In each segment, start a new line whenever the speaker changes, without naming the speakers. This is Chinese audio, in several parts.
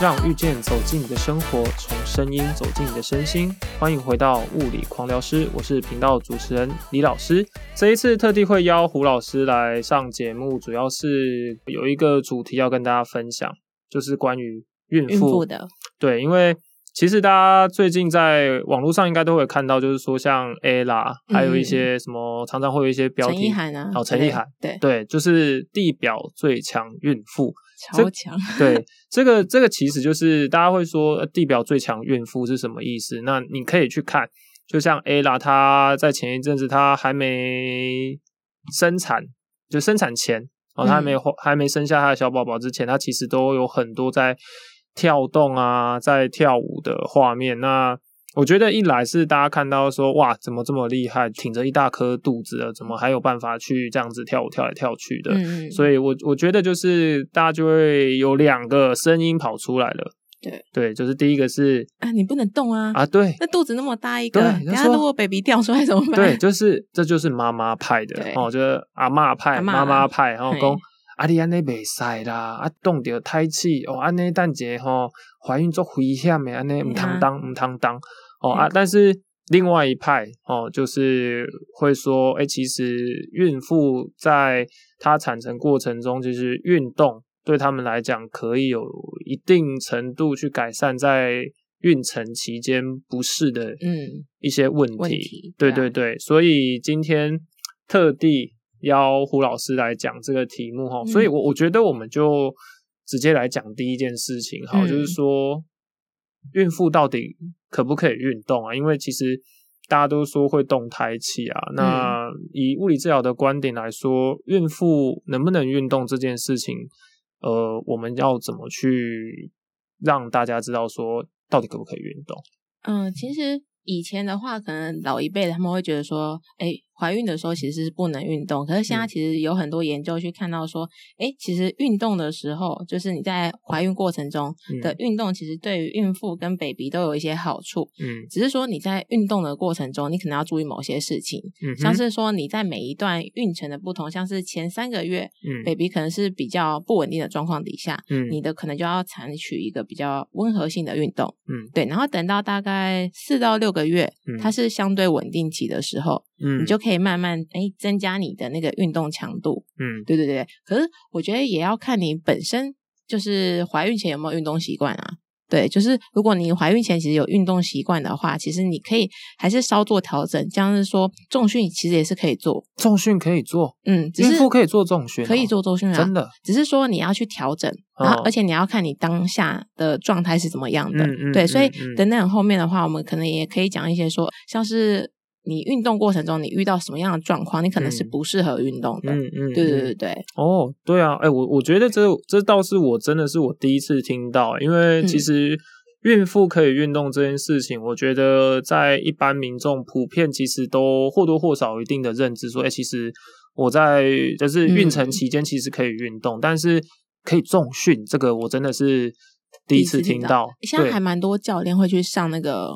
让遇见走进你的生活，从声音走进你的身心。欢迎回到物理狂聊师，我是频道主持人李老师。这一次特地会邀胡老师来上节目，主要是有一个主题要跟大家分享，就是关于孕
孕
妇
妇的，
对，因为其实大家最近在网络上应该都会看到，就是说像 A 啦，还有一些什么，常常会有一些标
嗯陈意
题，
涵啊，
哦陈意涵
对，对，
对，就是地表最强孕妇。
超强，
对，这个这个其实就是大家会说呃地表最强孕妇是什么意思？那你可以去看，就像 A 啦，她在前一阵子她还没生产，就生产前哦，她还没怀还没生下她的小宝宝之前，她其实都有很多在跳动啊，在跳舞的画面。那我觉得一来是大家看到说哇，怎么这么厉害，挺着一大颗肚子了，怎么还有办法去这样子跳舞跳来跳去的？
嗯嗯，
所以我我觉得就是大家就会有两个声音跑出来了。
对
对，就是第一个是
啊，你不能动啊，
啊，对
那肚子那么大一个，
对
等
他
下
说
如果 baby 掉出来怎么办？
对，就是这就是妈妈派的
对
哦，就是阿嬷派、
阿嬷
妈
啦
妈派，然后
嘿
讲啊你安尼袂使啦，啊动着胎气哦，安尼等者吼怀孕做危险的，安尼毋通
啊
当毋通当哦啊
嗯，
但是。另外一派哦，就是会说，哎、其实孕妇在她产程过程中，其实运动对他们来讲，可以有一定程度去改善在孕程期间不适的
嗯
一些问题。
问题
对
对
对
啊
对，所以今天特地邀胡老师来讲这个题目哈，
嗯
所以我我觉得我们就直接来讲第一件事情好，
嗯
就是说孕妇到底可不可以运动啊？因为其实大家都说会动胎气啊，
嗯
那以物理治疗的观点来说，孕妇能不能运动这件事情，呃，我们要怎么去让大家知道说到底可不可以运动？
嗯，其实以前的话，可能老一辈的他们会觉得说，哎，怀孕的时候其实是不能运动，可是现在
嗯
其实有很多研究去看到说，哎，其实运动的时候，就是你在怀孕过程中的
嗯
运动，其实对于孕妇跟 baby 都有一些好处，
嗯
只是说你在运动的过程中，你可能要注意某些事情，
嗯哼，
像是说你在每一段孕程的不同，像是前三个月
嗯
baby 可能是比较不稳定的状况底下，
嗯
你的可能就要采取一个比较温和性的运动，
嗯，
对，然后等到大概四到六个月，
嗯
它是相对稳定期的时候，
嗯
你就可以慢慢哎增加你的那个运动强度，
嗯
对对对。可是我觉得也要看你本身就是怀孕前有没有运动习惯啊。对，就是如果你怀孕前其实有运动习惯的话，其实你可以还是稍作调整，像是说重训其实也是可以做，
重训可以做，
嗯，只
孕
是
妇可以做重训哦、
可以做重训啊，
真的，
只是说你要去调整，然后
哦
而且你要看你当下的状态是怎么样的。
嗯嗯
对，所以
嗯嗯
等等后面的话，我们可能也可以讲一些说，像是你运动过程中你遇到什么样的状况，你可能是
嗯
不适合运动的。
嗯嗯，
对对
嗯
对对，
哦，对啊，哎、我我觉得这这倒是我真的是我第一次听到，因为其
嗯
实孕妇可以运动这件事情，我觉得在一般民众普遍其实都或多或少有一定的认知说、哎，其实我在就是孕程
嗯
期间其实可以运动，但是可以重训，这个我真的是第一次听到，
现在
对
还蛮多教练会去上那个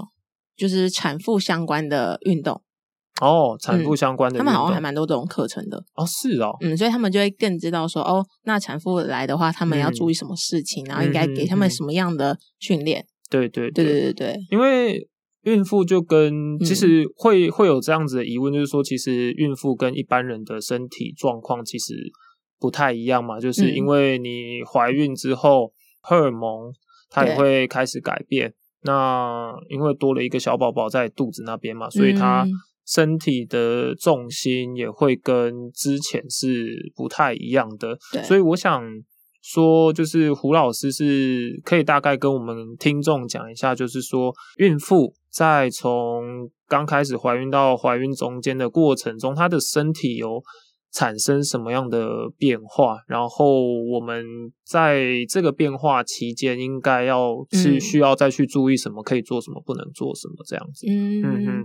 就是产妇相关的运动，
哦，产
嗯
妇相关的
他
运
们好
动
像还蛮多这种课程的。
哦，是哦，
嗯，所以他们就会更知道说，哦，那产妇来的话，他们要
嗯
注意什么事情，然后应该
嗯嗯
给他们
嗯
什么样的训练。
对对
对嗯对对对，
因为孕妇就跟其实会、会有这样子的疑问，就是说，其实孕妇跟一般人的身体状况其实不太一样嘛，就是
嗯
因为你怀孕之后，荷尔蒙它也
对
会开始改变。那因为多了一个小宝宝在肚子那边嘛，所以它
嗯
身体的重心也会跟之前是不太一样的。
对
所以我想说，就是胡老师是可以大概跟我们听众讲一下，就是说孕妇在从刚开始怀孕到怀孕中间的过程中，她的身体有产生什么样的变化，然后我们在这个变化期间应该要是
嗯
需要再去注意什么，可以做什么，不能做什么这样子。嗯
嗯
嗯嗯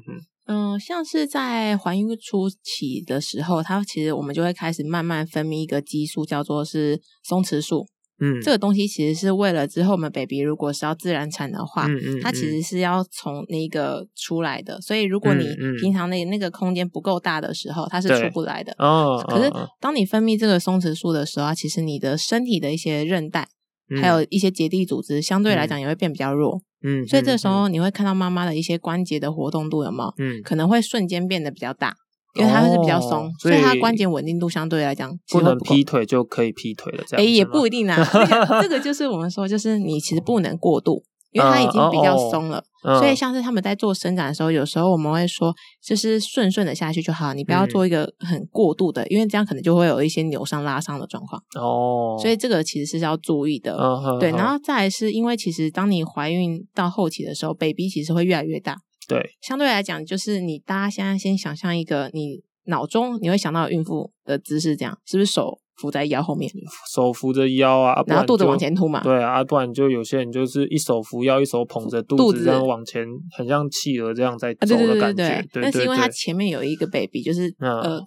嗯，像是在怀孕初期的时候，它其实我们就会开始慢慢分泌一个激素，叫做是松弛素。
嗯，
这个东西其实是为了之后我们 baby 如果是要自然产的话，
嗯嗯，
啊它其实是要从那个出来的。所以如果你
嗯嗯
平常那那个空间不够大的时候，它是
对
出不来的。
啊，哦
可是
哦哦
当你分泌这个松弛素的时候啊，其实你的身体的一些韧带
嗯
还有一些结缔组织，相对来讲也会变比较弱。
嗯，
所以这
嗯
时候你会看到妈妈的一些关节的活动度有没有，
嗯，嗯
可能会瞬间变得比较大，因为它会是比较松，
哦
所以它
所以
的关节稳定度相对来讲其
不
实会
能
不够
劈。腿就可以劈腿了，这
哎，
样
也
子吗
不一定啊，这个这个就是我们说，就是你其实不能过度，因为它已经比较松了。
嗯
所以像是他们在做伸展的时候，有时候我们会说，就是顺顺的下去就好，你不要
嗯
做一个很过度的，因为这样可能就会有一些扭伤、拉伤的状况。
哦，
所以这个其实是要注意的。
嗯哼
对，
哼
然后再来是因为其实当你怀孕到后期的时候，baby 其实会越来越大。
对，
相对来讲，就是你大家现在先想象一个，你脑中你会想到孕妇的姿势，这样是不是手扶在腰 后面，
手扶着腰啊，啊不
然后
然
肚子
就
往前凸嘛？
对啊，啊不然就有些人就是一手扶腰，一手捧着肚
肚
子
子
这样往前，很像企鹅这样在
啊，
走
对对
的
对
感
对
觉。对
那是因为他
对，
前面有一个 baby，就是、
嗯
呃。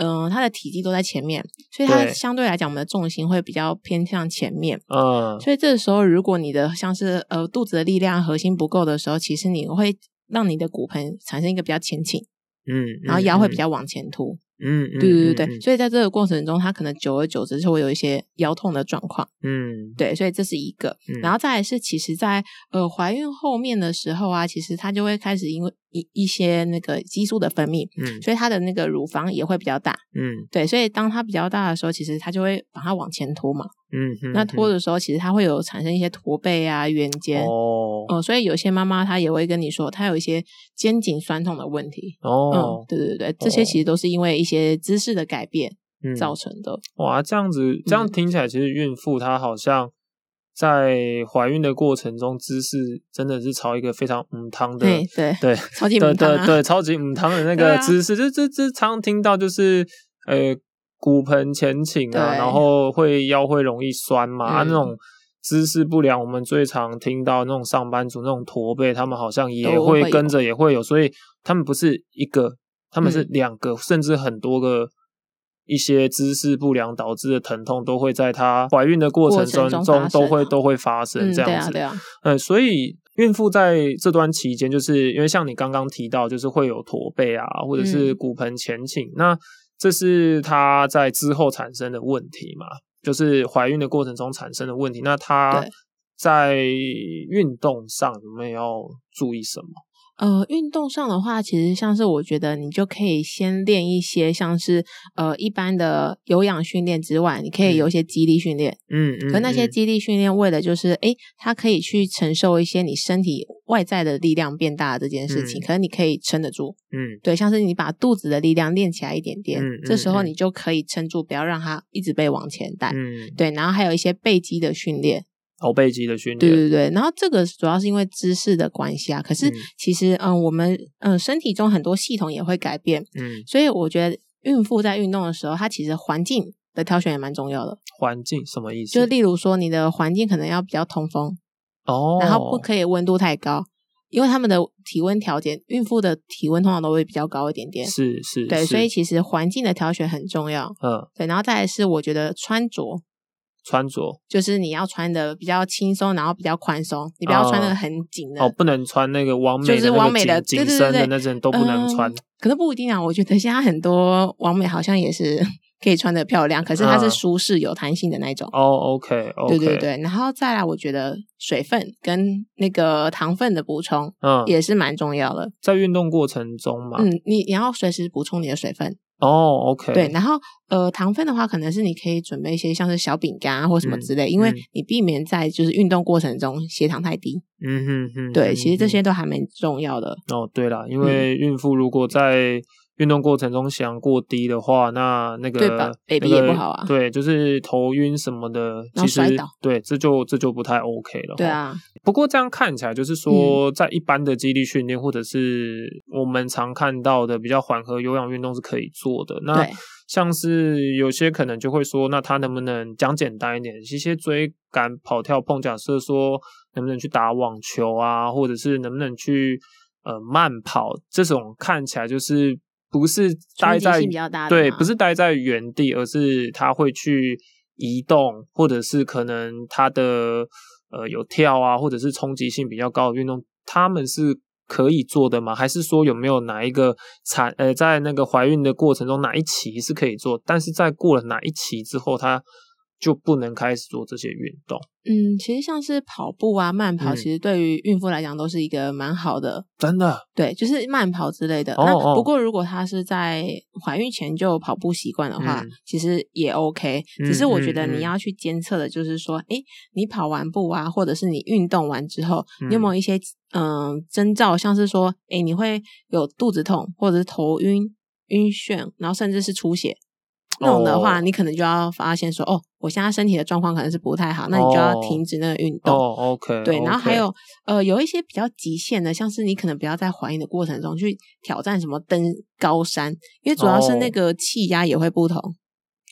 嗯、他的体积都在前面，所以他
对
相对来讲，我们的重心会比较偏向前面。
嗯，
所以这时候，如果你的像是呃肚子的力量、核心不够的时候，其实你会让你的骨盆产生一个比较前倾，
嗯，
然后腰会比
较，
较往前凸。
嗯，嗯
对对对对，，
嗯
所以在这个过程中，它可能久而久之就会有一些腰痛的状况。
嗯，
对，所以这是一个。
嗯
然后再来是，其实在，呃怀孕后面的时候啊，其实它就会开始因为一一些那个激素的分泌，
嗯
所以它的那个乳房也会比较大。
嗯
对，所以当它比较大的时候，其实它就会把它往前拖嘛。
嗯嗯，
那拖
嗯
的时候，其实它会有产生一些驼背啊、圆肩。
哦
哦、所以有些妈妈她也会跟你说，她有一些肩颈酸痛的问题。嗯
哦，，
对对对，这些其实都是因为一些姿势的改变
嗯
造成的。
哇，这样子这样
嗯
听起来，其实孕妇她好像在怀孕的过程中，姿势真的是朝一个非常母汤的。
对对，
对，
超级母
对
汤
对
啊
对，超级母汤的那
对
个
啊
姿势，这这这常听到就是呃骨盆前倾啊，
对
然后会腰会容易酸嘛，啊那
嗯
种姿势不良，我们最常听到那种上班族那种驼背，他们好像也
都
会
会
跟
有
着也会有，所以他们不是一个，他们是
嗯
两个，甚至很多个。一些姿势不良导致的疼痛，都会在她怀孕的过
过
程中
程中发
都
生
会
啊
都会发生
嗯，
这
对
样
啊
子。
对啊，
呃，所以孕妇在这段期间，就是因为像你刚刚提到，就是会有驼背啊，或者是
嗯
骨盆前倾，那这是她在之后产生的问题嘛？就是怀孕的过程中产生的问题。那她
对
在运动上有没有注意什么？
呃，运动上的话，其实像是我觉得你就可以先练一些像是呃一般的有氧训练之外，你可以有一些肌力训练。
嗯嗯
可那些
嗯
肌力训练为的就是，诶，它可以去承受一些你身体外在的力量变大的这件事情，
嗯
可能你可以撑得住。
嗯
对，像是你把肚子的力量练起来一点点，
嗯
这时候
嗯嗯
你就可以撑住，不要让它一直被往前带。
嗯，
对，然后还有一些背肌的训练，
后背肌的训
对
练，
对对，然后这个主要是因为姿势的关系啊。可是
嗯
其实，嗯，我们嗯身体中很多系统也会改变，
嗯，
所以我觉得孕妇在运动的时候，她其实环境的挑选也蛮重要的。
环境什么意思？
就例如说，你的环境可能要比较通风，
哦，
然后不可以温度太高，因为他们的体温调节，孕妇的体温通常都会比较高一点点。
是是，
对，所
是
以其实环境的挑选很重要。
嗯，
对，然后再来是我觉得穿着，
穿着
就是你要穿的比较轻松，然后比较宽松，你不要穿
哦
的很紧的。
哦，不能穿那个完美的
就是
那个
完美的
紧
对
紧
对对
身的
对
那种都不能
嗯
穿。
可能不一定啊。我觉得现在很多网美好像也是 可以穿的漂亮，可是它
嗯
是舒适有弹性的那一种。
哦，OK，OK、o k o k
对对，对，然后再来，我觉得水分跟那个糖分的补充
嗯，
也是蛮重要的。
在运动过程中嘛，
嗯，你你要随时补充你的水分。
哦，OK，
对，，然后呃，糖分的话，可能是你可以准备一些像是小饼干啊或什么
嗯
之类，因为
嗯
你避免在就是运动过程中血糖太低。
嗯哼哼，
对，
嗯
其实这
哼
些都嗯还蛮重要的。
哦，对啦，因为孕妇如果在运动过程中血糖过低的话，那那个
对吧
那
？baby 也
个
不好啊
对，就是头晕什么的，
然后
其
摔
实
倒
对，这就这就不太 OK 了。
对。啊，嗯
不过这样看起来，就是说，在一般的肌力训练，或者是我们常看到的比较缓和有氧运动是可以做的。哦那
对
像是有些可能就会说，那他能不能讲简单一点？一些追赶、跑跳、碰，假设说能不能去打网球啊，或者是能不能去呃慢跑这种看起来就是不是待
冲击
在
性比较大的
对，
嘛
不是待在原地，而是他会去移动，或者是可能他的呃有跳啊，或者是冲击性比较高的运动，他们是可以做的吗？还是说有没有哪一个产呃在那个怀孕的过程中哪一期是可以做，但是在过了哪一期之后，他就不能开始做这些运动。
嗯，其实像是跑步啊、慢跑，
嗯
其实对于孕妇来讲都是一个蛮好的，
真的，
对，就是慢跑之类的。
哦哦
那不过如果她是在怀孕前就有跑步习惯的话，
嗯
其实也 OK。
嗯
只是我觉得
嗯嗯
你要去监测的，就是说，诶，你跑完步啊，或者是你运动完之后，
嗯
你有没有一些嗯、征兆，像是说，诶，你会有肚子痛，或者是头晕、晕眩，然后甚至是出血。那种的话，
哦
你可能就要发现说，哦，我现在身体的状况可能是不太好，那你就要
哦
停止那个运动。
哦，OK，
对，然后
OK
还有呃，有一些比较极限的，像是你可能不要在怀孕的过程中去挑战什么登高山，因为主要是那
哦
个气压也会不同。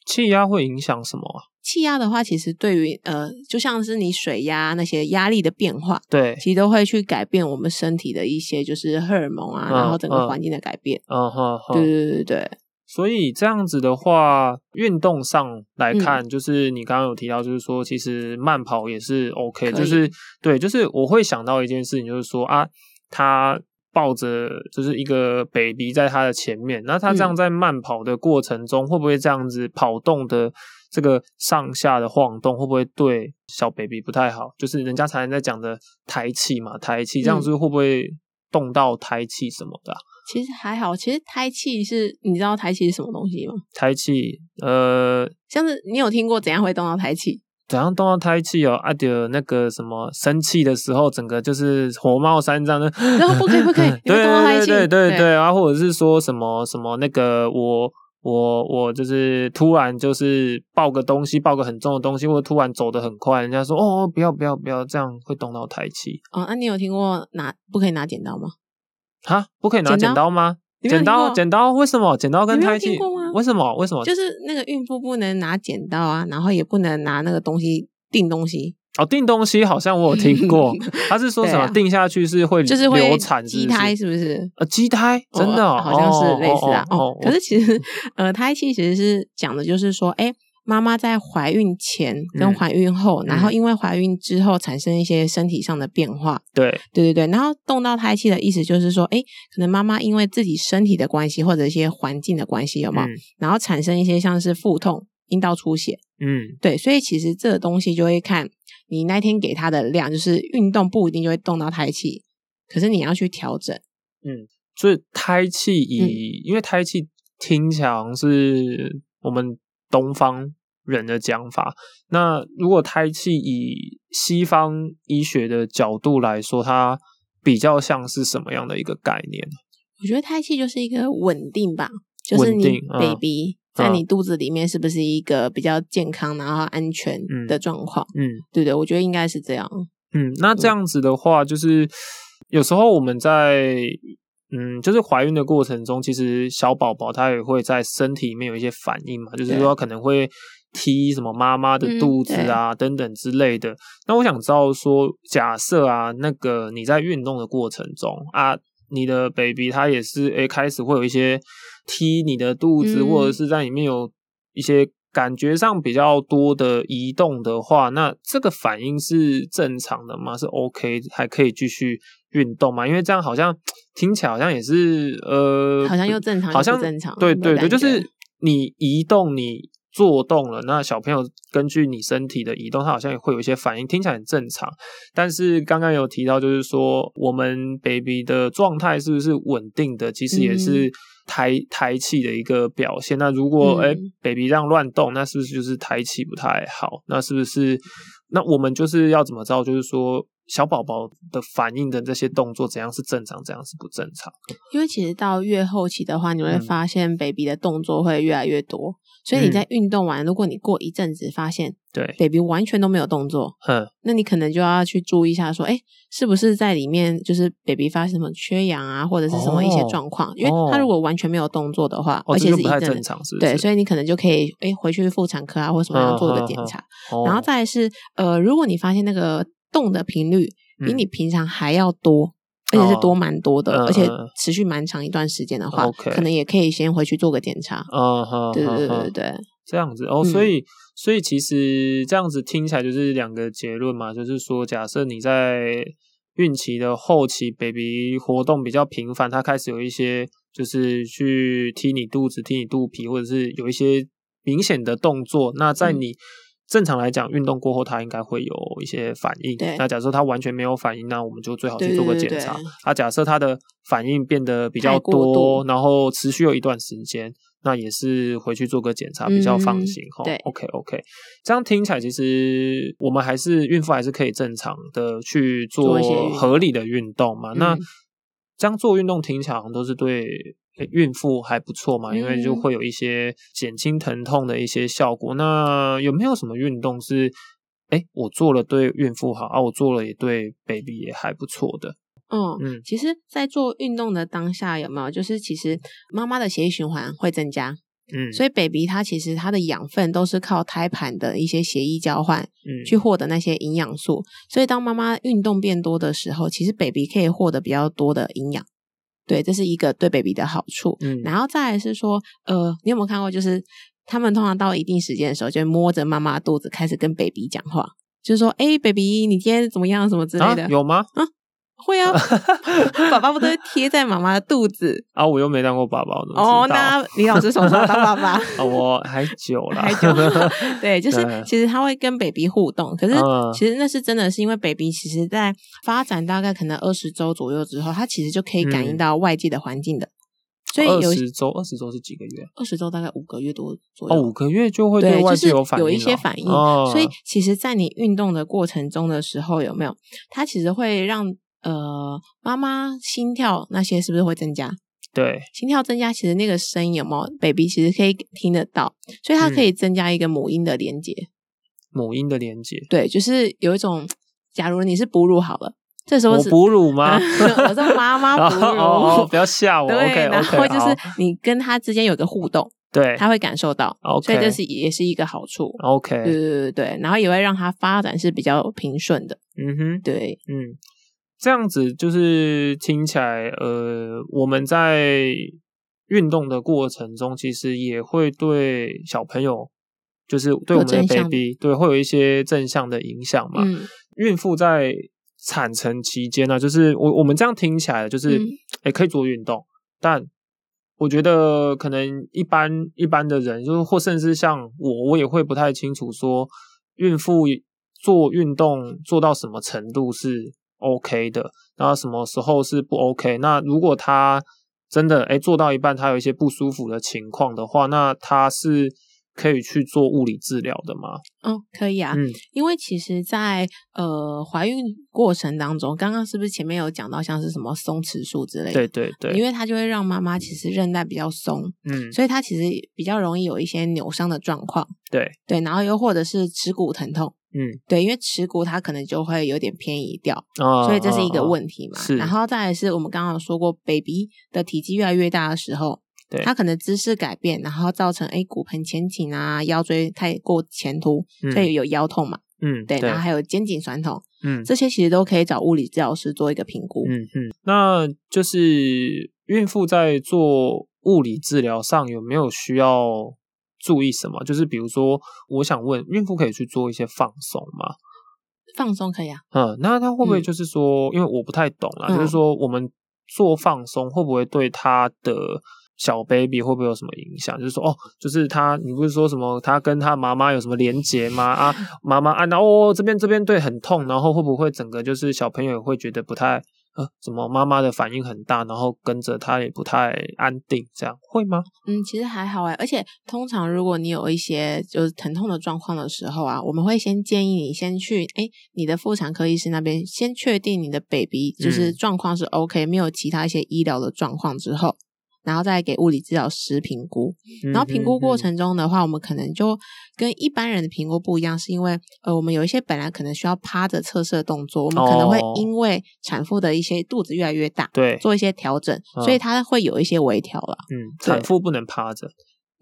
气压会影响什么啊？
气压的话，其实对于呃，就像是你水压那些压力的变化，
对，
其实都会去改变我们身体的一些就是荷尔蒙啊，然
嗯
后整
嗯
个环境的改变。
嗯哼
对
哼。
对对对对，
所以这样子的话，运动上来
嗯
看，就是你刚刚有提到，就是说其实慢跑也是 OK，
可以
就是对，就是我会想到一件事情，就是说啊，他抱着就是一个 baby 在他的前面，那他这样
嗯
在慢跑的过程中，会不会这样子跑动的这个上下的晃动，会不会对小 baby 不太好？就是人家常常在讲的胎气嘛，胎气
嗯
这样子会不会动到胎气什么的啊、
其实还好。其实胎气是，你知道胎气是什么东西吗？
胎气，呃，
像是你有听过怎样会动到胎气？
怎样动到胎气哦？啊，就那个什么生气的时候，整个就是火冒三丈 的。
然后哦不可以不 可以你
对
会动到胎
对
气
对对
对
对，然后或者是说什么什么那个我。我我就是突然就是抱个东西，抱个很重的东西，或者突然走得很快，人家说哦哦不要不要不要，这样会动到胎气
哦，那、你有听过拿不可以拿剪刀吗？
哈，不可以拿
剪刀
剪刀吗？
你没有
剪
听
刀
过
剪刀为什么？剪刀跟
你没有
胎气
听过吗
为什么为什么？
就是那个孕妇不能拿剪刀啊，然后也不能拿那个东西钉东西，
哦，定东西好像我有听 过，他是说什么、
对啊
定下去是会
就是会
流产是
畸
不是
胎，是不是？
呃，畸胎
哦
真的、哦
好像是类似啊。
哦，
哦，可是其实呃，胎气其实是讲的就是说，哎，妈妈在怀孕前跟
嗯
怀孕后，然后
嗯
因为怀孕之后产生一些身体上的变化，
对，
对对对。然后动到胎气的意思就是说，哎，可能妈妈因为自己身体的关系或者一些环境的关系，有没有？
嗯
然后产生一些像是腹痛、阴道出血。
嗯，
对，所以其实这个东西就会看你那天给它的量，就是运动不一定就会动到胎气，可是你要去调整。
所以胎气
嗯
以、因为胎气听起来好像是我们东方人的讲法，那如果胎气以西方医学的角度来说，它比较像是什么样的一个概念？
我觉得胎气就是一个稳定吧，就是
稳
你
定嗯
baby 在
嗯
你肚子里面是不是一个比较健康然后安全
嗯
的状况？
嗯。
对对，我觉得应该是这样。
嗯，那这样子的话，就是有时候我们在嗯，就是怀孕的过程中，其实小宝宝他也会在身体里面有一些反应嘛，就是
对
说可能会踢什么妈妈的
嗯
肚子啊、等等之类的。那我想知道说，假设啊，那个你在运动的过程中啊，你的 baby 他也是诶、开始会有一些踢你的肚子，
嗯
或者是在里面有一些感觉上比较多的移动的话，那这个反应是正常的吗？是 OK 还可以继续运动吗？因为这样好像听起来好像也是呃，
好像又正常
好像
又不正常
对对
有没
对，
有感觉
就是你移动你。做动了，那小朋友根据你身体的移动，他好像也会有一些反应，听起来很正常。但是刚刚有提到，就是说我们 baby 的状态是不是稳定的，其实
嗯
也是胎、胎气的一个表现。那如果
嗯
哎、诶 baby 这样乱动，那是不是就是胎气不太好？那是不是那我们就是要怎么着？就是说小宝宝的反应的这些动作怎样是正常，怎样是不正常？
因为其实到越后期的话，你会
嗯
发现 baby 的动作会越来越多，所以你
嗯
在运动完，如果你过一阵子发现
对，
baby 完全都没有动作，
嗯
那你可能就要去注意一下，说，哎，是不是在里面就是 baby 发生什么缺氧啊，或者是什么一些
哦
状况？因为
哦
他如果完全没有动作的话，
哦，
而
这
且
就是
一
不太
阵
正
子，
常，是不是？
对，所以你可能就可以，哎，回去妇产科啊，或什么样做一个检查。
嗯哦，
然后再来是，呃，如果你发现那个动的频率比
嗯
你平常还要多。而且是多蛮多的，
嗯
而且
嗯嗯
持续蛮长一段时间的话，
OK
可能也可以先回去做个检查。
嗯哼，
对对对
哼哼
对对，
这样子哦，
嗯
所以所以其实这样子听起来就是两个结论嘛，就是说，假设你在孕期的后期，baby 活动比较频繁，他开始有一些就是去踢你肚子、踢你肚皮，或者是有一些明显的动作，那在
嗯
你正常来讲，运动过后它应该会有一些反应
对。
那假设它完全没有反应，那我们就最好
对
去
对
做个
对
检
对
查。啊，假设它的反应变得比较
太过
多，
度
然后持续有一段时间，那也是回去做个检查比较放
嗯
心哈。
对
OK OK，这样听起来其实我们还是孕妇还是可以正常的去做
做一些运动
合理的运动嘛。那
嗯
这样做运动听起来好像都是对。诶孕妇还不错嘛，因为就
嗯
会有一些减轻疼痛的一些效果。那有没有什么运动是，哎，我做了对孕妇好啊，我做了也对 baby 也还不错的？
嗯，
嗯，
其实，在做运动的当下，有没有就是其实妈妈的血液循环会增加，
嗯，
所以 baby 他其实他的养分都是靠胎盘的一些血液交换
嗯
去获得那些营养素，所以当妈妈运动变多的时候，其实 baby 可以获得比较多的营养。对，这是一个对 baby 的好处。
嗯
然后再来是说，呃，你有没有看过，就是他们通常到一定时间的时候，就会摸着妈妈肚子开始跟 baby 讲话，就是说，哎、b a b y 你今天怎么样，什么之类
啊
的。
有吗？
会啊，爸爸不都会贴在妈妈的肚子？
啊，我又没当过爸 爸，我怎么
哦，
知道
那李老师什么时候当 爸爸？
啊，我还久了，
还久 对，就是
对
其实他会跟 baby 互动，可是
嗯
其实那是真的是因为 baby 其实在发展大概可能二十周左右之后，他其实就可以感
嗯
应到外界的环境的，所以
二
有
十周，二十周是几个月？
二十周大概五个月多左
哦，
右。
五个月就会
对，
外界
就是
有反应了，
一些反应，
哦
所以其实，在你运动的过程中的时候，有没有它其实会让呃妈妈心跳那些是不是会增加？
对，
心跳增加，其实那个声音有没有 baby 其实可以听得到，所以它
嗯
可以增加一个母婴的连接。
母婴的连接，
对，就是有一种，假如你是哺乳好了，这时候
我
是
哺乳吗？
我说妈妈
哦
哺
哦，哦
乳
不。要吓我
对
，OK
然后
OK，
就是你跟他之间有个互动，
对
他会感受到
OK
所以这是也是一个好处。对
，OK，
对对对对，然后也会让他发展是比较平顺的。
嗯哼。
对，
嗯，这样子就是听起来，呃，我们在运动的过程中，其实也会对小朋友，就是对我们
有
的
正向
baby，对，会有一些正向的影响嘛。
嗯，
孕妇在产程期间呢、就是我我们这样听起来，就是哎、
嗯
诶可以做运动，但我觉得可能一般一般的人，就是或甚至像我，我也会不太清楚说孕妇做运动做到什么程度是 OK 的，然后什么时候是不 OK。那如果她真的哎、诶做到一半，她有一些不舒服的情况的话，那她是可以去做物理治疗的吗？
哦，可以啊，
嗯
因为其实在，呃怀孕过程当中，刚刚是不是前面有讲到像是什么松弛素之类的？
对对对，
因为它就会让妈妈其实韧带比较松，
嗯
所以它其实比较容易有一些扭伤的状况。
对
对，然后又或者是耻骨疼痛，
嗯
对，因为耻骨它可能就会有点偏移掉，
啊，
所以这是一
啊
个
啊
问题嘛。
是
然后再来是我们刚刚有说过，baby 的体积越来越大的时候
对。
它可能姿势改变，然后造成哎骨盆前倾啊，腰椎太过前凸，
嗯
所以有腰痛嘛。
嗯，
对，
对
然后，还有肩颈酸痛，
嗯
这些其实都可以找物理治疗师做一个评估。
嗯嗯，那就是孕妇在做物理治疗上有没有需要注意什么？就是比如说，我想问，孕妇可以去做一些放松吗？
放松可以啊，
嗯，那她会不会
嗯
就是说，因为我不太懂啦，就是
嗯
说我们做放松会不会对她的小 baby 会不会有什么影响？就是说，哦，就是她，你不是说什么她跟她妈妈有什么连结吗？ 啊，妈妈按到哦这边这边对很痛，然后会不会整个就是小朋友也会觉得不太呃，怎么妈妈的反应很大，然后跟着她也不太安定，这样会吗？
嗯，其实还好哎、而且通常如果你有一些就是疼痛的状况的时候啊，我们会先建议你先去哎、你的妇产科医师那边先确定你的 baby 就是
嗯
状况是 OK，、没有其他一些医疗的状况之后，然后再给物理治疗师评估。然后评估过
嗯，
程中的话，我们可能就跟一般人的评估不一样，是因为呃，我们有一些本来可能需要趴着测试的动作，我们可能会
哦
因为产妇的一些肚子越来越大，
对，
做一些调整，所以它会有一些微调了。
嗯，产妇不能趴着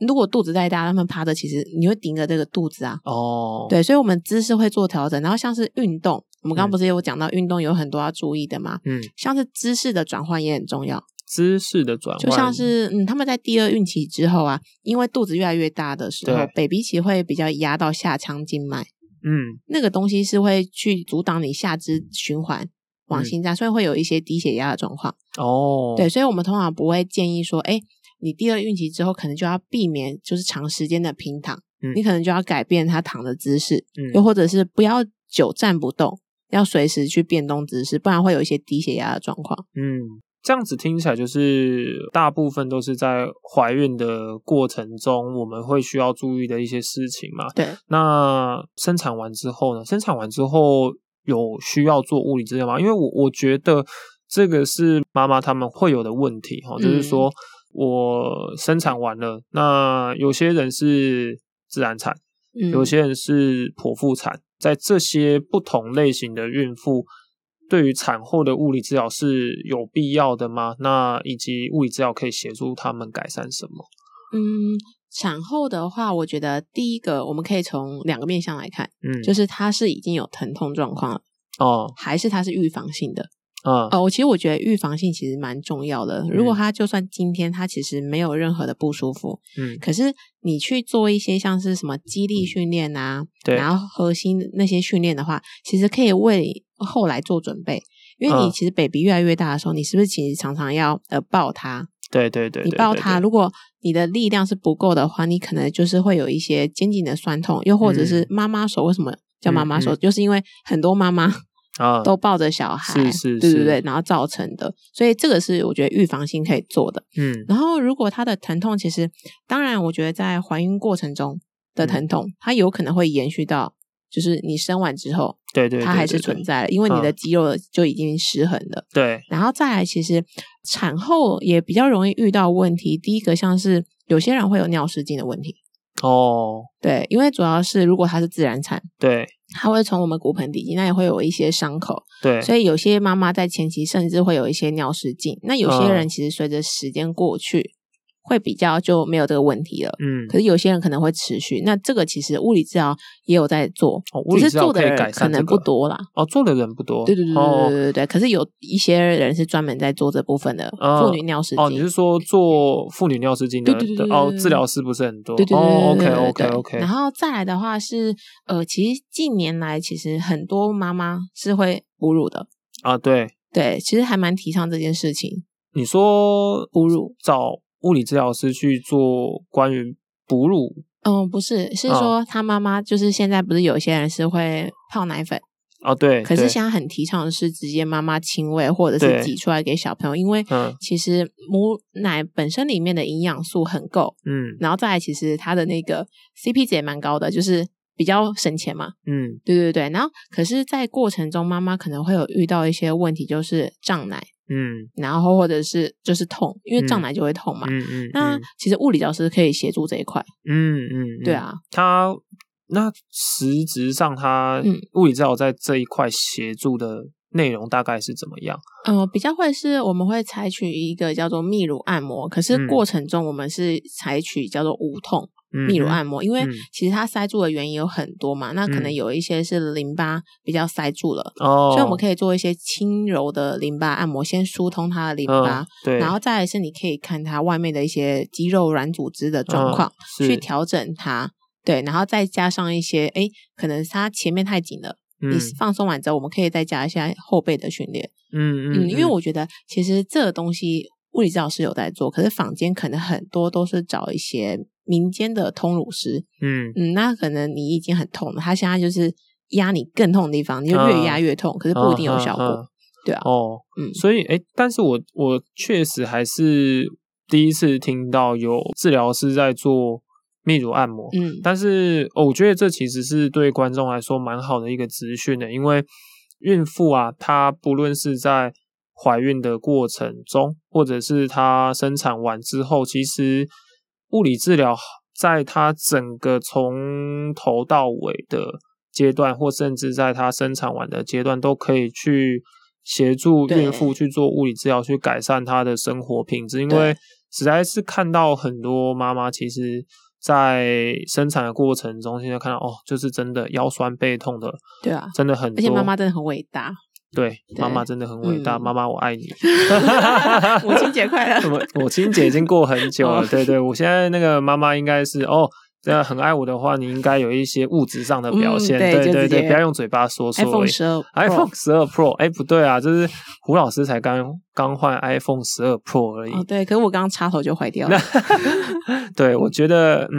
如果肚子再大，他们趴着其实你会顶着这个肚子啊，
哦，，
对，所以我们姿势会做调整。然后像是运动，我们刚
嗯
刚不是有讲到运动有很多要注意的嘛，
嗯，
像是姿势的转换也很重要。
姿势的转换，
就像是嗯，他们在第二孕期之后啊，因为肚子越来越大的时候，baby 其实会比较压到下腔静脉，
嗯
那个东西是会去阻挡你下肢循环往
嗯
心脏，所以会有一些低血压的状况。
哦，
对，所以我们通常不会建议说，哎，你第二孕期之后可能就要避免就是长时间的平躺，
嗯
你可能就要改变他躺的姿势，又
嗯
或者是不要久站不动，要随时去变动姿势，不然会有一些低血压的状况。
嗯，这样子听起来就是大部分都是在怀孕的过程中我们会需要注意的一些事情嘛。
对，
那生产完之后呢？生产完之后有需要做物理治疗吗？因为我我觉得这个是妈妈他们会有的问题哈，
嗯
就是说我生产完了，那有些人是自然产，
嗯，
有些人是剖腹产，在这些不同类型的孕妇。对于产后的物理治疗是有必要的吗？那以及物理治疗可以协助他们改善什么？
嗯，产后的话，我觉得第一个我们可以从两个面向来看，
嗯，
就是它是已经有疼痛状况了，
哦，
还是它是预防性的。
嗯
哦，我其实我觉得预防性其实蛮重要的。如果他就算今天他其实没有任何的不舒服，
嗯，
可是你去做一些像是什么肌力训练啊，
对，
然后核心那些训练的话，其实可以为你后来做准备。因为你
嗯
其实 baby 越来越大的时候，你是不是其实常常要呃抱他？
对对对，
你
对
抱
对
他，
对
如果你的力量是不够的话，你可能就是会有一些肩颈的酸痛，又或者是
嗯
妈妈手。为什么叫妈妈手？
嗯
就是因为很多 妈妈
啊，
都抱着小孩，
是是
对
是
对对，然后造成的，所以这个是我觉得预防性可以做的。
嗯
然后如果她的疼痛，其实当然我觉得在怀孕过程中
嗯
的疼痛，它有可能会延续到就是你生完之后，，
对对，
它
对
还
对
是
对
存在了，因为你的
嗯
肌肉就已经失衡了。
对，
然后再来，其实产后也比较容易遇到问题。第一个像是有些人会有尿失禁的问题，
哦，
对，因为主要是如果她是自然产，
对
它会从我们骨盆底肌那里会有一些伤口，
对，
所以有些妈妈在前期甚至会有一些尿失禁，那有些
嗯
人其实随着时间过去，会比较就没有这个问题了。
嗯，
可是有些人可能会持续，那这个其实物理治疗也有在做，
哦物理
只
治
是
疗
做的
可以
人
改善
可能
这个
不多啦。
哦，做的人不多，
对对对对对
哦
对对。可是有一些人是专门在做这部分的
嗯
妇女尿失禁。
哦，你是说做妇女尿失禁的
对对对
的
对
哦，
对
治疗师不是很多？
对对
哦，OK
对对对对
OK
对
OK，
然后再来的话是，呃，其实近年来其实很多妈妈是会哺乳的，
啊，对，
对，其实还蛮提倡这件事情，
你说
哺乳。
找物理治疗师去做关于哺乳
嗯，不是，是
嗯
说他妈妈就是现在不是有些人是会泡奶粉，
啊，对，
可是
对
现在很提倡的是直接妈妈亲喂或者
对
是挤出来给小朋友，因为
嗯
其实母奶本身里面的营养素很够，
嗯
然后再来其实它的那个 CP 值也蛮高的，就是比较省钱嘛。
嗯
对对对，然后可是，在过程中妈妈可能会有遇到一些问题，就是胀奶，
嗯
然后或者是就是痛，因为胀
嗯
奶就会痛嘛。
嗯嗯，
那
嗯
其实物理教师可以协助这一块，
嗯嗯，
对
嗯
啊，
他那实质上他
嗯
物理治疗在这一块协助的内容大概是怎么样？
呃，比较会是我们会采取一个叫做泌乳按摩，可
嗯
是过程中我们是采取叫做无痛
嗯
泌乳按摩，因为
嗯
其实它塞住的原因有很多嘛，那可能
嗯
有一些是淋巴比较塞住了，
哦，
所以我们可以做一些轻柔的淋巴按摩，先疏通它的淋
嗯
巴，
对，
然后再来是你可以看它外面的一些肌肉软组织的状
嗯
况，
是
去调整它。对，然后再加上一些，哎，可能它前面太紧了，你
嗯
放松完之后，我们可以再加一下后背的训练。
嗯嗯
嗯，因为我觉得其实这个东西物理治疗师有在做，可是坊间可能很多都是找一些民间的通乳师，
嗯
嗯，那可能你已经很痛了，他现在就是压你更痛的地方，你就越压越痛，可是不一定有效果。
嗯嗯嗯
对啊
哦，
嗯
所以诶，但是我我确实还是第一次听到有治疗师在做泌乳按摩，
嗯
但是、哦我觉得这其实是对观众来说蛮好的一个资讯的，因为孕妇啊，她不论是在怀孕的过程中，或者是她生产完之后，其实物理治疗在她整个从头到尾的阶段，或甚至在她生产完的阶段，都可以去协助
对
孕妇去做物理治疗，去改善她的生活品质，因
对
为实在是看到很多妈妈其实。在生产的过程中，现在看到哦，就是真的腰酸背痛的，
对啊，
真的很多。
而且妈妈真的很伟 大，
对
对
妈妈真的很伟大，
嗯
妈妈我爱你。
母亲节快乐！
我母亲节已经过很久了，
哦
对对，我现在那个妈妈应该是哦。这样很爱我的话，你应该有一些物质上的表现，
嗯对
对
就
对
直接
对，不要用嘴巴说说而
iPhone
已。
十二
iPhone 十二 Pro，哎、不对啊，就是胡老师才刚刚换 iPhone 十
哦
二 Pro 而已。
哦，对，可是我刚刚插头就坏掉了。
对，我觉得嗯，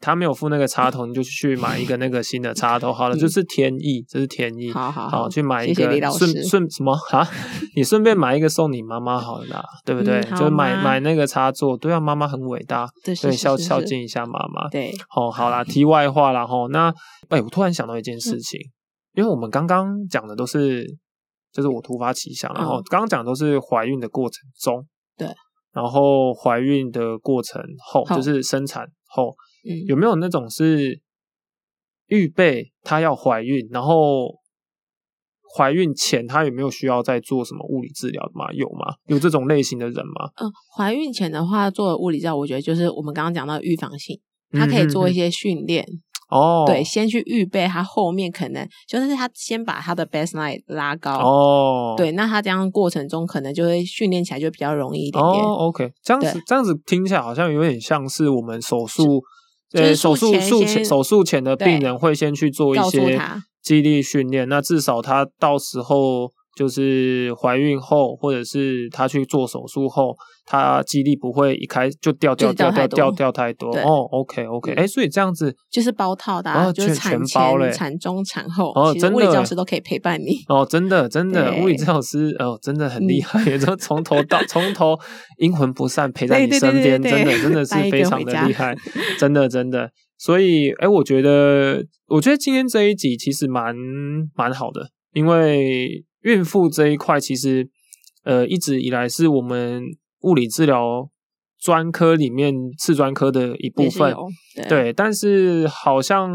他没有付那个插头，你就去买一个那个新的插头好了，
嗯
就是天意，这是天意。
好好
好，去买一
谢谢
个
李老师
顺顺什么啊？ 你顺便买一个送你妈妈好了啦，对不对？
嗯好
就是买
妈
买那个插座，对啊，妈妈很伟大，
对，是
对，
是
孝
是
孝
是
敬一下妈妈。
对，
哦，好啦，题外话啦吼，那哎、我突然想到一件事
嗯
情，因为我们刚刚讲的都是，就是我突发奇想，然后
嗯
刚刚讲都是怀孕的过程中，
对，
然后怀孕的过程后，
后
就是生产后，
嗯，
有没有那种是预备她要怀孕，然后怀孕前她有没有需要再做什么物理治疗的吗？有吗？有这种类型的人吗？
嗯，怀孕前的话做物理治疗，我觉得就是我们刚刚讲到预防性，它可以做一
些、
些训练，
嗯哦，
对，先去预备它后面可能就是他先把他的 baseline 拉高，
哦，
对，那他这样过程中可能就会训练起来就比较容易一点点。
哦，OK，这样子
对
这样子听起来好像有点像是我们手术，
就是
呃，手
术
术
前
术
先
前手术前的病人会先去做一
告诉
些
他
激励训练，那至少他到时候就是怀孕后，或者是他去做手术后，他肌力不会一开就掉掉
嗯就是
掉掉
掉太多
掉掉太多。
对嗯
哦，OK OK，哎，所以这样子
就是包套的、
哦
啊，就是
全全
产
包嘞
前、产中、产后，
哦
其实
真的
物理
欸
教师都可以陪伴你。
哦，真的真的，
对
物理治疗师哦，真的很厉
嗯
害，就从头 到从头阴魂不散陪在
对
你
对对
身
对
边，
对
真的真的是
带一个
非常
回
的
家
厉害，真的真的。所以，哎，我觉得我觉得今天这一集其实蛮蛮好的，因为孕妇这一块其实呃一直以来是我们物理治疗专科里面次专科的一部
也是
分。
有对，
对，但是好像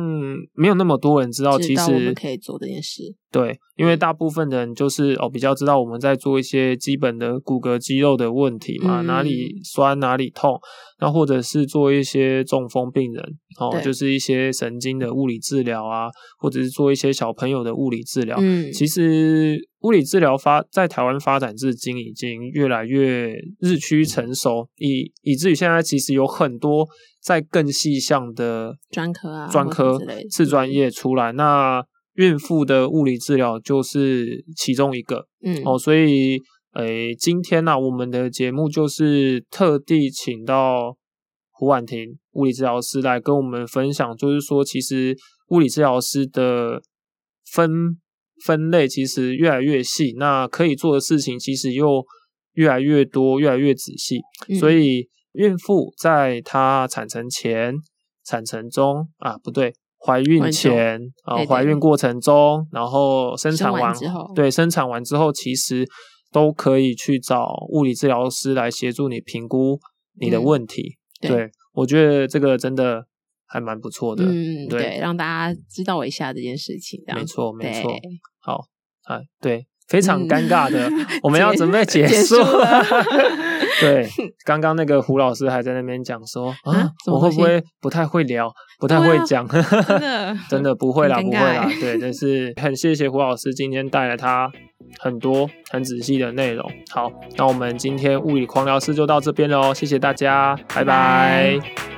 没有那么多人知道，
知
其实
道我们可以做这件事。
对，因为大部分人就是哦，比较知道我们在做一些基本的骨骼肌肉的问题嘛，
嗯
哪里酸哪里痛，那或者是做一些中风病人哦，
对
就是一些神经的物理治疗啊，或者是做一些小朋友的物理治疗。
嗯，
哦其实物理治疗发在台湾发展至今已经越来越日趋成熟，以以至于现在其实有很多在更细项的
专科啊
专
或者
科
之类的嗯
次专业出来。那孕妇的物理治疗就是其中一个
嗯，
哦，所以诶、今天呢、我们的节目就是特地请到胡婉婷物理治疗师来跟我们分享，就是说，其实物理治疗师的分分类其实越来越细，那可以做的事情其实又越来越多，越来越仔细。
嗯
所以孕妇在她产程前、产程中啊，不对，怀孕前啊，
对对
怀孕过程中，然后生产
生完
完
之后
对，生产完之后，其实都可以去找物理治疗师来协助你评估你的
嗯
问题。
对
对我觉得这个真的还蛮不错的。
嗯，
对
对，让大家知道一下这件事情，这样
没错，没
对
错。好，啊，对，非常尴尬的，
嗯
我们要准备结
结
束
束了
对， 刚刚那个胡老师还在那边讲说啊
啊，怎么
我会不
回
会不太会聊，不太会讲？
真的
真的不会啦，
很
不
尴
会
尬
啦
欸。
对，但是很谢谢胡老师今天带来他很多很仔细的内容。好，那我们今天物理狂聊师就到这边喽，谢谢大家，拜
拜
拜
拜